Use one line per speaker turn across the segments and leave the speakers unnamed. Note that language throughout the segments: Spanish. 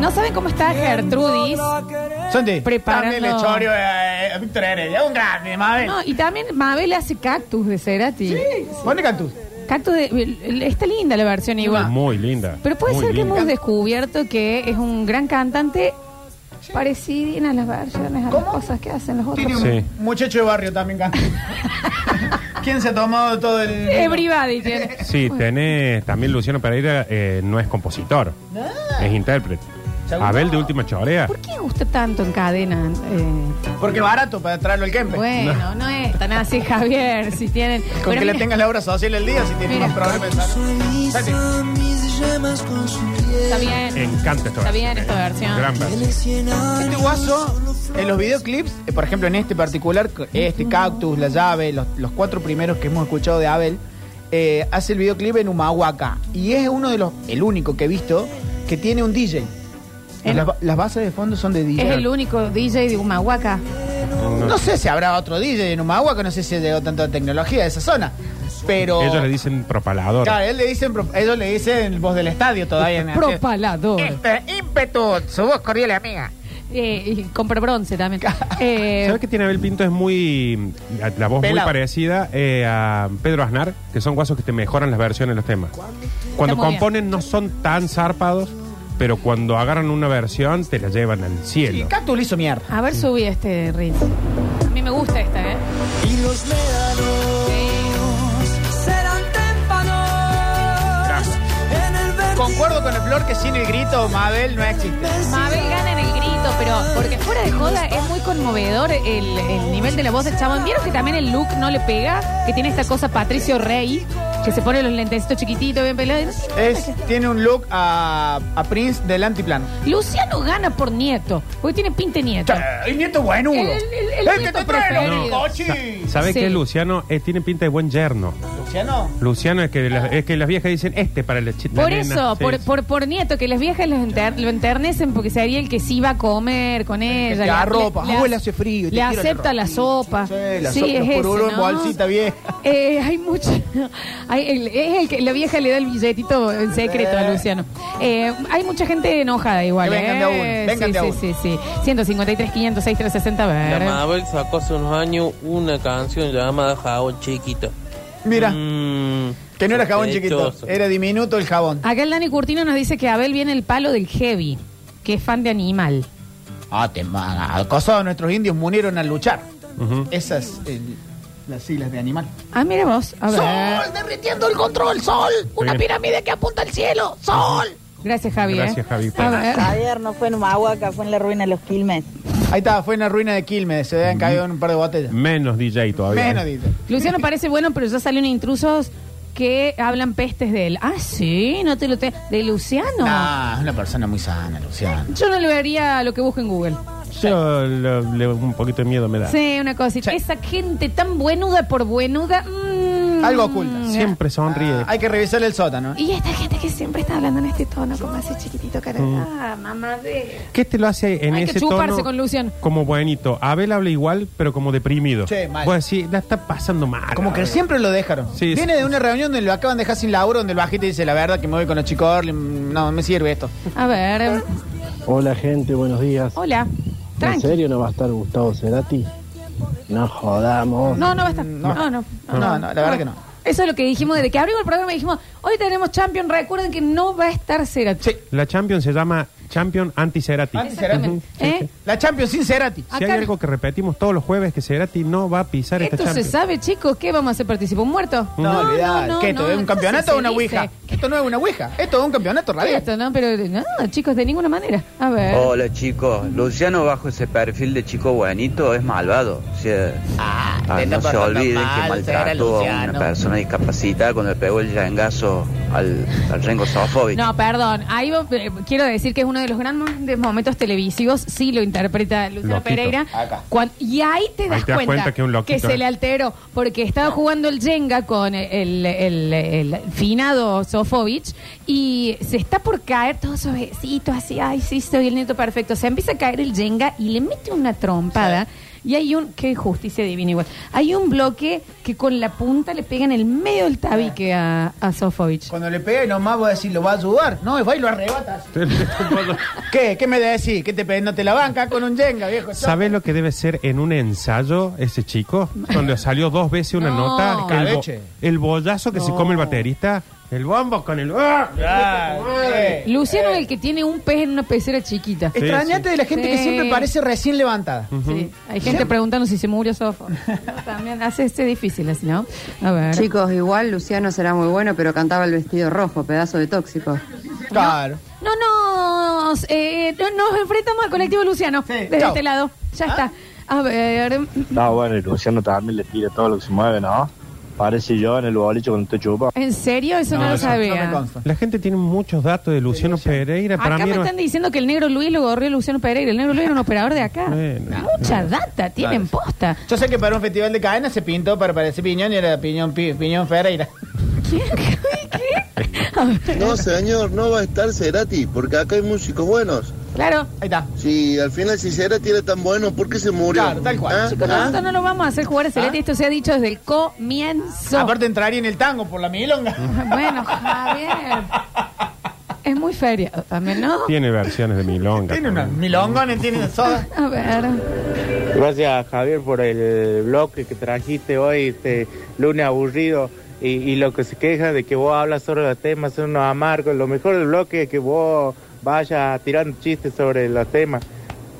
No saben cómo está Gertrudis.
Santi,
Preparando-
también le choreo eh, a Víctor Heredia. Un grande, Mabel.
No, y también Mabel hace cactus de Cerati.
Ponle cactus.
Cactus de. Está linda la versión igual.
Muy linda.
Pero puede
muy
ser que
linda.
hemos descubierto que es un gran cantante parecido a las versiones, a las
¿Cómo?
cosas que hacen los
Tiene un
otros.
Sí.
muchacho de barrio también canta. ¿Quién se ha tomado todo el...?
Everybody. tiene.
Sí, tenés también Luciano Pereira, eh, no es compositor, es intérprete.
Seguro.
Abel de Última Chorea.
Ah. ¿Por qué gusta tanto en cadena? Eh,
Porque es barato para traerlo al Kempe.
bueno, no. es tan así, Javier. Si tienen.
Con
Pero
que le
mira,
tengas la obra social el día si tienes
Mira.
más problemas. ¿sabes? Santi,
Está bien.
Encanta esta
Está
versión,
bien
eh.
esta versión.
Gran versión.
Este guaso, en los videoclips, eh, por ejemplo en este particular, este cactus, la llave, los, los cuatro primeros que hemos escuchado de Abel, eh, hace el videoclip en Humahuaca. Y es uno de los, el único que he visto, que tiene un DJ.
El-
las, ba- las bases de fondo son de DJ.
Es el único DJ de Humahuaca.
No sé si habrá otro DJ en Humahuaca, no sé si llegó tanta tecnología de esa zona. Pero.
Ellos le dicen propalador.
Claro, él le dicen, pro- ellos le dicen voz del estadio todavía. en-
Propalador.
Este ímpetu, su voz cordial, amiga.
Eh, y compra bronce también. Eh,
¿Sabes que tiene Abel Pinto? Es muy. La voz
Pelado.
muy parecida eh, a Pedro Aznar, que son guasos que te mejoran las versiones de los temas. Cuando
muy bien.
componen no son tan zarpados, pero cuando agarran una versión te la llevan al
Y
cielo.
Cactus le hizo mierda.
A ver, subí este Riz. A mí me gusta esta, ¿eh?
Y los médanos serán témpanos en el verde.
Concuerdo con el flor que sin el grito Mabel no existe.
Mabel gana en el grito, pero porque fuera de joda es muy conmovedor el, el nivel de la voz del chabón. ¿Vieron que también el look no le pega? Que tiene esta cosa Patricio Rey, que se pone los lentecitos chiquititos, bien pelados. y no tiene nada
Es,
que-
tiene un look a, a Prince del antiplano.
Luciano gana por nieto, porque tiene pinte nieto.
El nieto bueno.
El- el- el nieto preferido.
coches.
¿Sabes
Sí.
qué? Luciano eh, tiene pinta de buen yerno.
Luciano.
Luciano es que, la- es que las viejas dicen este para el chiste.
Por eso, por, por, por nieto, que las viejas los enter- lo enternecen porque sería el que sí iba a comer con ella.
te
le-
arropa.
le- le-
Abuela, hace frío, te
Le
tiro la
acepta la
ropita.
sopa.
Sí,
Sí,
la sopa, los
es ese,
poruros en
¿no?
bolsita vieja.
Eh, hay mucho. hay el- es el que la vieja le da el billetito en secreto a
Eh.
Luciano. Eh, hay mucha gente enojada igual.
Que vengan de a uno,
eh.
vengan
sí,
de a
sí,
uno.
sí, sí. 153, 506, 360.
La
ver.
Mabel sacó hace unos años una canción llamada Jabón Chiquito.
Mira,
Mm,
que no era jabón chiquito.
sospechoso.
Era diminuto el jabón.
Acá el Dani Curtino nos dice que Abel viene el palo del heavy, que es fan de animal.
Ah, te Acosados nuestros indios murieron a luchar. Esas el- las siglas de animal.
Ah, mira vos. A ver.
¡Derritiendo el control! ¡Sol!
Una Bien.
pirámide que apunta al cielo! ¡Sol!
Gracias, Javi.
Gracias,
eh.
Javi.
A ver.
Javier, no fue en Humahuaca, fue en la ruina de los Quilmes.
Ahí estaba, fue en la ruina de Quilmes. Se habían caído en un par de botellas.
Menos DJ todavía.
Menos,
¿eh?
dice.
Luciano parece bueno, pero ya salieron intrusos que hablan pestes de él. Ah, sí, no te lo te... De Luciano.
Nah, es una persona muy sana, Luciano.
Yo no le vería lo que busco en Google.
Yo lo- le- un poquito de miedo me da.
Sí, una cosita.
Sí.
Esa gente tan buenuda por buenuda. mm.
Algo oculta.
Siempre sonríe.
Ah, hay que revisarle el sótano. ¿eh?
Y esta gente que siempre está hablando en este tono, como así chiquitito, cara. Ah, mamá de.
¿Qué te lo hace en
Hay que
ese
chuparse
tono?
con Luciano.
Como buenito. Abel habla igual, pero como deprimido.
Sí, mal.
Vos decís, la está pasando mal.
Como que
Abel.
siempre lo dejaron.
Sí,
Viene
sí.
de una reunión donde lo acaban de dejar sin laburo, donde el bajito dice la verdad que me voy con los chicos, Orly, mm, no me sirve esto.
A ver.
Hola gente, buenos días.
Hola.
¿En
Tranqui.
serio no va a estar Gustavo Cerati? No jodamos.
No, no va a estar. No, no. No,
No, no, la verdad que no.
Eso es lo que dijimos desde que abrimos el programa. Dijimos, hoy tenemos Champion. Recuerden que no va a estar Cerati.
Sí.
La Champions se llama Champion Anti-Cerati.
Anti-
Exactamente. ¿Eh?
La Champions sin Cerati.
Si hay
Acá-
algo que repetimos todos los jueves, que Cerati no va a pisar esta
Esto se
Champions.
sabe, chicos. ¿Qué vamos a hacer? ¿Participó un muerto?
No, olvidá,
no,
¿qué esto?
no,
¿Es un
no se
campeonato o una
dice.
ouija? Esto no es una ouija, esto es un campeonato radial.
Esto, ¿no? Pero no, chicos, de ninguna manera. A ver.
Hola chicos, Luciano bajo ese perfil de chico buenito es malvado. O sea,
Ah,
ah,
te
no
está
se
pasando
olviden
mal,
que
será
maltrató a
Luciano.
una persona discapacitada cuando le pegó el llangazo al, al rengo zoofóbico.
No, perdón. Ahí vo- eh, quiero decir que es uno de los grandes momentos televisivos. Sí lo interpreta Luciano
Loquito.
Pereira.
Acá.
Cuan- y ahí te das,
te das cuenta que es un loquito,
se
eh.
le alteró. Porque estaba jugando el Jenga con el, el- el- el finado Sofovich y se está por caer todo suavecito, así. Ay, sí, soy el nieto perfecto. Se empieza a caer el Jenga y le mete una trompada. Y hay un. Qué justicia divina igual. Hay un bloque que con la punta le pega en el medio del tabique a, a Sofovich.
Cuando le pegue nomás voy a decir, lo va a ayudar. No, y va y lo arrebata. ¿Qué? ¿Qué me decís? ¿Qué te pedís? No te la banca con un yenga, viejo.
¿Sabes lo que debe ser en un ensayo ese chico? Cuando salió dos veces una
No.
nota. El, bo-
Escabeche.
el bollazo que se come el baterista. El bombo con el. ¡Ah!
Ah, eh.
Luciano es el que tiene un pez en una pecera chiquita.
Sí,
Extrañate
sí.
de la gente que
Sí.
siempre parece recién levantada.
Sí, hay gente preguntando si se murió Sofo. También hace este difícil así, ¿no? A ver.
Chicos, igual Luciano será muy bueno, pero cantaba el vestido rojo, pedazo de tóxico.
Mm. Claro.
No nos, eh, no nos enfrentamos al colectivo Luciano
Sí,
desde
chao.
este lado. Ya está. A ver.
No, bueno, y Luciano también le tira todo lo que se mueve, ¿no? Parece yo en el boliche cuando te chupa.
¿En serio? Eso no,
No,
lo
eso
No
sabía.
me consta.
La gente tiene muchos datos de Luciano Pereira. Para
acá
mí
me
era-
están diciendo que el negro Luis lo gorrió Luciano Pereira. El negro Luis era un operador de acá.
Bueno.
Mucha data, tienen posta.
Yo sé que para un festival de cadena se pintó para parecer piñón y era piñón, Pi- piñón Ferreira.
¿Quién? ¿Qué? A ver.
No, señor, no va a estar Cerati, porque acá hay músicos buenos.
Claro.
Ahí está.
Si al final si Cerati era tan bueno, ¿por qué se murió?
Claro, tal cual.
¿Ah?
Chicos,
¿Ah?
nosotros no lo vamos a hacer jugar a Celeste. Esto se ha dicho desde el comienzo.
Aparte entraría en el tango por la milonga.
Bueno, Javier. Es muy feriado también, ¿no?
Tiene versiones de Milonga.
Tiene una milonga, no tiene soda.
A ver.
Gracias, Javier, por el bloque que trajiste hoy, este lunes aburrido. Y, y lo que se queja de que vos hablas sobre los temas son unos amargos. Lo mejor del bloque es que vos vayas tirando chistes sobre los temas.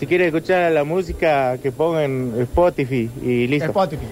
Si quieres escuchar la música, que pongan Spotify y listo.
Spotify.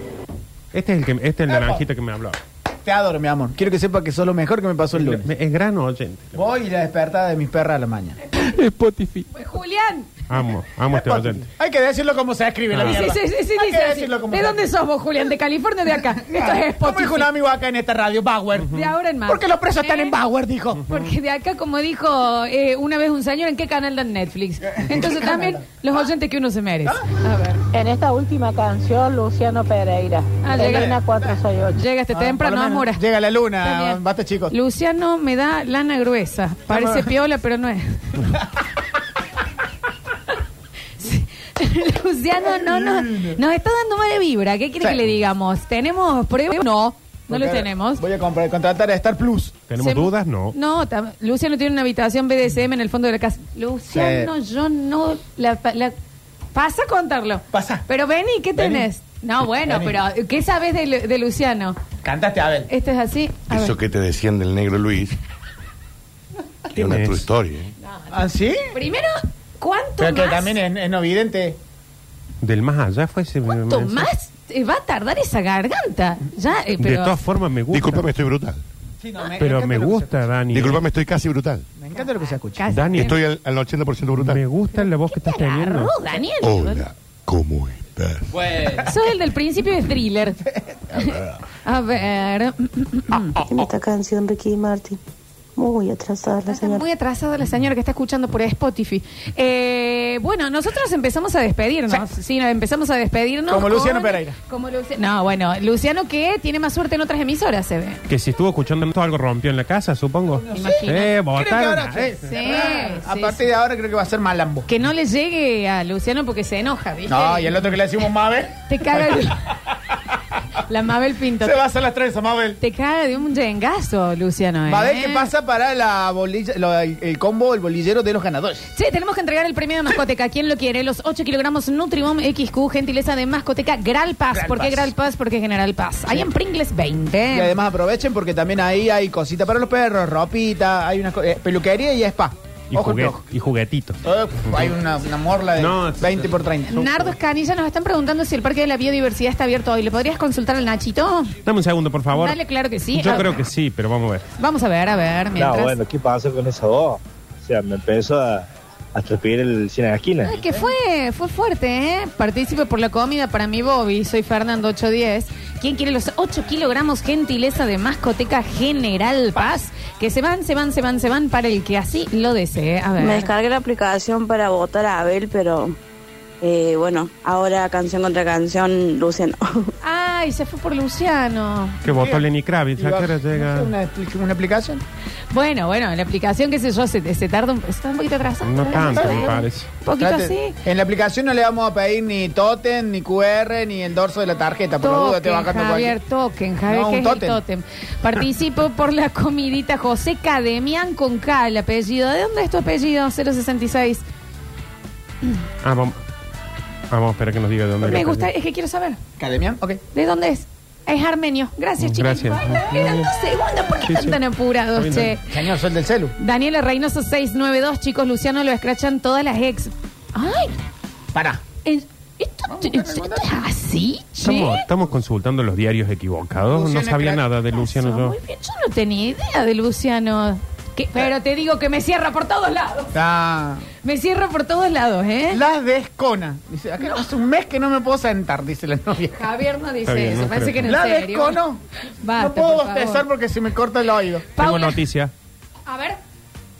Este es el, que, este es el
Epa.
naranjito que me hablaba.
Te adoro, mi amor. Quiero que sepa que sos lo mejor que me pasó el lunes.
Me- Es gran oyente.
Voy y la despertada de mis perras a la mañana.
Spotify.
Pues, Julián.
Amo, amo a este
Spotify.
oyente.
Hay que decirlo como se escribe la
Sí,
mierda.
Ah. sí, sí, sí,
Hay
dice
que
así.
decirlo como
¿De
se
dónde sos vos, Julián? ¿De California o de acá? Esto es
Como dijo
Spotify.
un amigo acá en esta radio, Bauer.
De ahora en más.
Porque los presos están
¿Eh?
en Bauer, dijo.
Porque de acá, como dijo eh, una vez un señor, ¿en qué canal dan Netflix? Entonces también los oyentes que uno se merece.
¿Ah?
A ver.
En esta última canción, Luciano Pereira.
Ah, llega.
Elena 468.
Llega este
Ah,
temprano,
por lo menos.
amor.
Llega la
Está
luna,
bien.
basta chicos.
Luciano me da lana gruesa. Parece
Vamos.
piola, pero no es. Sí. Luciano no, no nos está dando mala vibra. ¿Qué quiere
Sí.
que le digamos? ¿Tenemos pruebas? No, no lo
Porque
tenemos.
Voy a comprar- contratar a Star Plus.
¿Tenemos
Se-
dudas? No.
No, tam- Luciano tiene una habitación BDSM en el fondo de la casa. Luciano, yo no. La, pa- la- pasa a contarlo.
Pasa.
Pero Benny, ¿qué
Vení.
tenés? No, bueno,
Vení.
pero ¿qué sabes de, Lu- de Luciano?
Cantaste, Abel.
Este es así. A ver.
Eso que te decían del negro Luis es
¿Quién
una
es?
true story. ¿eh?
¿Ah, sí?
Primero, ¿cuánto
Pero que
más?
también es, es no evidente.
Del más allá fue ese
¿Cuánto
mensaje.
más eh, va a tardar esa garganta? Ya, eh,
De
pero.
todas formas me gusta.
Disculpame, estoy brutal.
Sí, no, me-
Pero
encanta
me
lo que
gusta, Dani.
Disculpame, estoy casi brutal.
se- Me encanta lo que se escucha.
Casi.
Dani,
Estoy al, al 80%
me
brutal.
gusta la voz que estás
Te agarró,
teniendo.
Daniel.
Hola, ¿cómo estás?
Sos el del principio de thriller. a ver.
En esta canción Ricky Martin, muy atrasada
Está muy atrasada la señora que está escuchando por Spotify. Eh, bueno, nosotros empezamos a despedirnos. Sí, empezamos a despedirnos.
Como Luciano Pereira.
Como Luci- No, bueno, Luciano que tiene más suerte en otras emisoras, se ve.
Que si estuvo escuchando esto, algo rompió en la casa, supongo.
Imagino.
Eh,
Creo que
botaron.
ahora-
eh.
Sí,
Ah, a
sí,
partir
sí.
de ahora creo que va a ser Malambo.
Que no le llegue a Luciano porque se enoja, ¿viste?
No, y el otro que le decimos Mabel.
Te caga el- la Mabel Pinto.
Se va a hacer las trenzas, Mabel.
Te caga de un yengazo, Luciano. ¿eh?
Mabel, ¿qué pasa para la bolilla, lo- el, el combo, el bolillero de los ganadores?
Sí, tenemos que entregar el premio de mascoteca. ¿Quién lo quiere? Los 8 kilogramos Nutribom XQ, gentileza de mascoteca Gral Paz.
Gral
¿Por qué
Paz.
Gral Paz? Porque es General Paz. Ahí en Pringles 20.
Y además aprovechen porque también ahí hay cositas para los perros, ropita, hay una peluquería y spa.
Y,
Ojo,
juguet-
ojo.
y juguetitos.
Eh, hay una, una morla de
No, es-
20 por 30.
Nardo Escanilla nos están preguntando si el Parque de la Biodiversidad está abierto hoy. ¿Le podrías consultar al Nachito?
Dame un segundo, por favor.
Dale, claro que sí.
Yo
Ah,
creo que sí, pero vamos a ver.
Vamos a ver, a
Ah,
ver, mientras.
No, bueno, ¿qué pasa con esa voz? O sea, me empezó a, a trepidar el cine de esquina.
Ah, que fue, fue fuerte, ¿eh? Participe por la comida para mi Bobby. Soy Fernando 810. ¿Quién quiere los 8 kilogramos gentileza de mascoteca General Paz? Que se van, se van, se van, se van para el que así lo desee. A ver.
Me descargué la aplicación para votar a Abel, pero eh, bueno, ahora canción contra canción, Luciano.
Ay, se fue por Luciano.
Que votó Lenny Kravitz. ¿A qué hora
¿No
llega?
sé, una, expli- una aplicación?
Bueno, bueno, en la aplicación, qué sé yo, se, se tarda un, está un poquito atrasado.
No tanto,
¿eh?
me parece.
Un poquito
Trate-
así.
En la aplicación no le vamos a pedir ni totem, ni QR, ni el dorso de la tarjeta. Por la duda te
Toquen,
bajando
Javier, toquen, Javier,
No,
¿qué es
un
el
tótem.
tótem? Participo por la comidita José Cademian con K, el apellido. ¿De dónde es tu apellido? 066.
Ah, vamos. Ah, Vamos a esperar que nos diga de dónde
Me
era.
gusta, es que quiero saber.
¿Academia? Ok.
¿De dónde es? Es armenio. Gracias, chicos.
Gracias.
Eran dos segundos. ¿Por qué
Sí,
están
sí.
tan apurados,
Está
che?
bien,
Señor, soy del celu.
Daniela Reynoso 692, chicos. Luciano lo escrachan todas las ex. ¡Ay!
Pará.
es- ¿Esto, esto es así, che?
Estamos, estamos consultando los diarios equivocados.
Luciano
no sabía
Crack.
nada de Luciano. Yo.
Muy bien, yo no tenía idea de Luciano. Que- pero te digo que me cierra por todos lados.
Está-
Me cierra por todos lados, ¿eh?
Las descona. Dice, acá hace un mes que no me puedo sentar, dice la novia.
Javier no dice
Está bien,
eso,
no
parece
creo.
que no es
La
serio.
descono.
Basta,
no puedo
por favor.
bostezar porque se me corta el oído.
Tengo
Paula.
noticia.
A ver,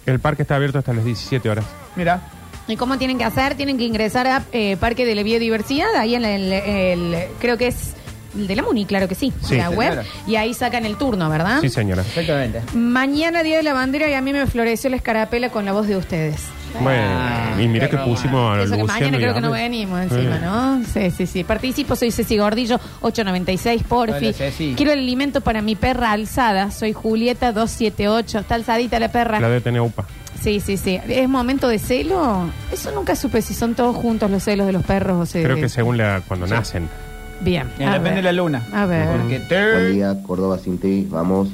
El parque está abierto hasta las 17 horas.
Mira.
¿y cómo tienen que hacer? Tienen que ingresar a eh, Parque de la Biodiversidad, ahí en el, el- creo que es el de la MUNI, claro que sí,
Sí,
la web,
señora.
y ahí sacan el turno, ¿verdad?
Sí, señora.
Exactamente.
Mañana Día de la Bandera y a mí me floreció la escarapela con la voz de ustedes.
Bueno, y mira que pusimos a
Eso que
Luciano.
mañana
y
creo
a-
que no venimos encima,
Eh.
¿no? Sí, sí, sí. Participo, soy Ceci Gordillo, 896, porfi.
Hola, Ceci.
Quiero el alimento para mi perra alzada. Soy Julieta, 278. Está alzadita la perra.
La debe tener UPA.
Sí, sí, sí. ¿Es momento de celo? Eso nunca supe si son todos juntos los celos de los perros o se...
Creo que según la cuando
Sí.
nacen.
Bien.
Y
a
Eh, depende
ver.
de la luna.
A ver.
Porque te...
día, Córdoba sin ti, vamos.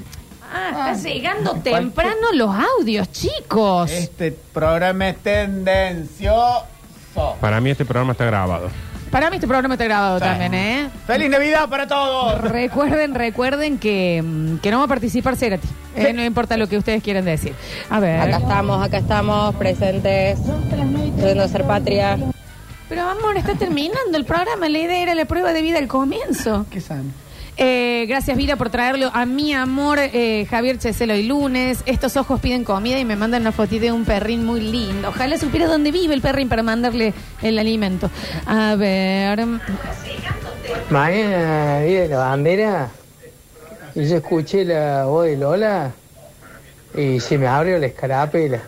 Ah, está llegando temprano los audios, chicos.
Este programa es tendencioso.
Para mí este programa está grabado.
Para mí este programa está grabado
Sí.
también, ¿eh?
¡Feliz Navidad para todos!
Recuerden, recuerden que, mm, que no va a participar Cerati. Eh, no importa lo que ustedes quieran decir. A ver.
Acá estamos, acá estamos, presentes, queriendo ser patria.
Pero amor, está terminando el programa. La idea era la prueba de vida al comienzo.
¿Qué saben?
Eh, gracias, Vira, por traerlo a mi amor, eh, Javier Cheselo y Lunes. Estos ojos piden comida y me mandan una fotito de un perrín muy lindo. Ojalá supiera dónde vive el perrín para mandarle el alimento. A ver.
Mañana viene la bandera y yo escuché la voz de Lola y se me abrió la escarapela.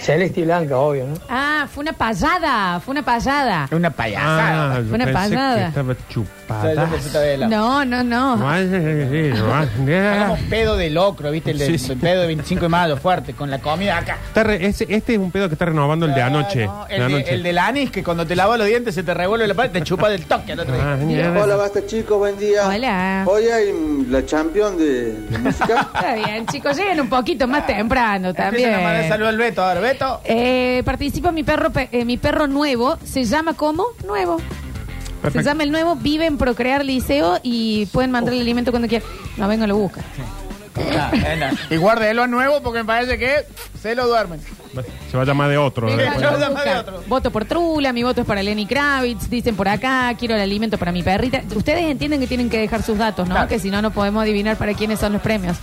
Celeste y blanca, obvio, ¿no?
Ah, fue una payada, fue una payada.
Una payasada.
Ah, yo
Una
pensé
pasada.
que estaba
Soy yo
chupada.
que se te ve la-
No, no, no.
ah,
Hagamos pedo de locro, ¿viste? El, de-
Sí, sí.
el pedo de 25 de mayo fuerte, con la comida acá.
Está re- ese- este es un pedo que está renovando el de anoche.
Ah, no,
de
el, de,
anoche.
el del anís, que cuando te lavas los dientes se te revuelve la parte, te chupa del toque al otro día.
Ah, ya.
Hola, basta chicos, buen día.
Hola.
Hoy hay mm, la champion de, de música.
Está bien, chicos, lleguen un poquito más temprano
Empiezan a mandar
también.
saludos al Beto. A ver, Beto.
Eh, participa mi perro, pe- eh, mi perro nuevo. Se llama ¿cómo? Nuevo. Se
Perfecto.
llama el nuevo. Vive en Procrear Liceo y pueden mandar el
Oh.
alimento cuando quieran. No vengo, lo busca.
Ah, bueno. Y guárdelo a nuevo porque me parece que se lo duermen.
Se va a llamar de otro.
Vengo,
después.
yo
lo
llamo de
busca.
otro.
Voto por Trula, mi voto es para Lenny Kravitz. Dicen por acá, quiero el alimento para mi perrita. Ustedes entienden que tienen que dejar sus datos, ¿no?
Claro.
Que si no, no podemos adivinar para quiénes son los premios.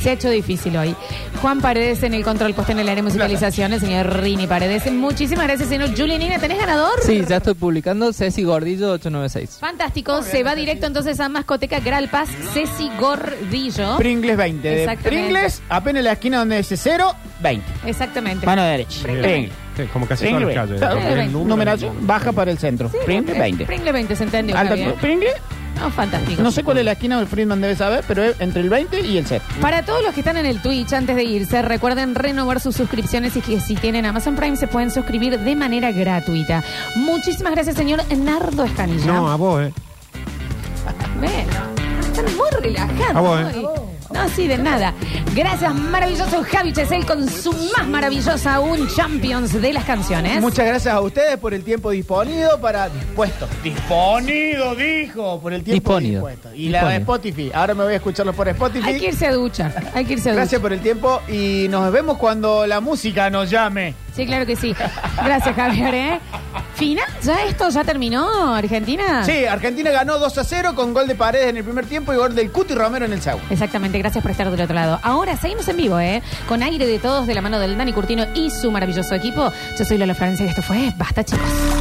Se ha hecho difícil hoy. Juan Paredes en el control puesto en el área de musicalización, el señor Rini Paredes. Muchísimas gracias, señor Julianina. ¿Tenés ganador?
Sí, ya estoy publicando Ceci Gordillo 896.
Fantástico, se va directo entonces a Mascoteca Gralpas, Ceci Gordillo.
Pringles 20. De
Exactamente.
Pringles, apenas en la esquina donde dice 0, 20.
Exactamente.
Mano derecha.
Bien.
Pringles.
Sí, como casi todas las
Pringles.
calles. Eh,
Claro.
Porque el número-
Numeración, baja para el centro.
Sí,
Pringles
eh,
20.
Pringle 20, se entendió.
Alta-
Javier.
Pringles,
No, fantástico.
no sé cuál es la esquina, el Friedman debe saber, pero es entre el 20 y el 7.
Para todos los que están en el Twitch, antes de irse, recuerden renovar sus suscripciones y que si tienen Amazon Prime se pueden suscribir de manera gratuita. Muchísimas gracias, señor Nardo Escanilla.
No, a
ah.
vos, eh.
Bueno, están muy relajados.
Ah,
A vos, ¿eh?
hoy. No, sí, de nada. Gracias, maravilloso Javi Chesel con su más maravillosa aún Champions de las canciones.
Muchas gracias a ustedes por el tiempo disponido para dispuesto. Disponido, dijo, por el tiempo
Disponido.
dispuesto. Y la de
Disponido.
Spotify. Ahora me voy a escucharlos por
Hay que
Spotify.
irse a duchar. Hay que irse a
Gracias
duchar.
por el tiempo y nos vemos cuando la música nos llame.
Sí, claro que sí. Gracias, Javier. ¿eh? ¿Final? ¿Ya esto ya terminó, Argentina?
Sí, Argentina ganó 2 a 0 con gol de Paredes en el primer tiempo y gol del Cuti Romero en el segundo.
Exactamente, gracias por estar del otro lado. Ahora seguimos en vivo, ¿eh? Con aire de todos de la mano del Dani Curtino y su maravilloso equipo. Yo soy Lola Florencia y esto fue Basta, chicos.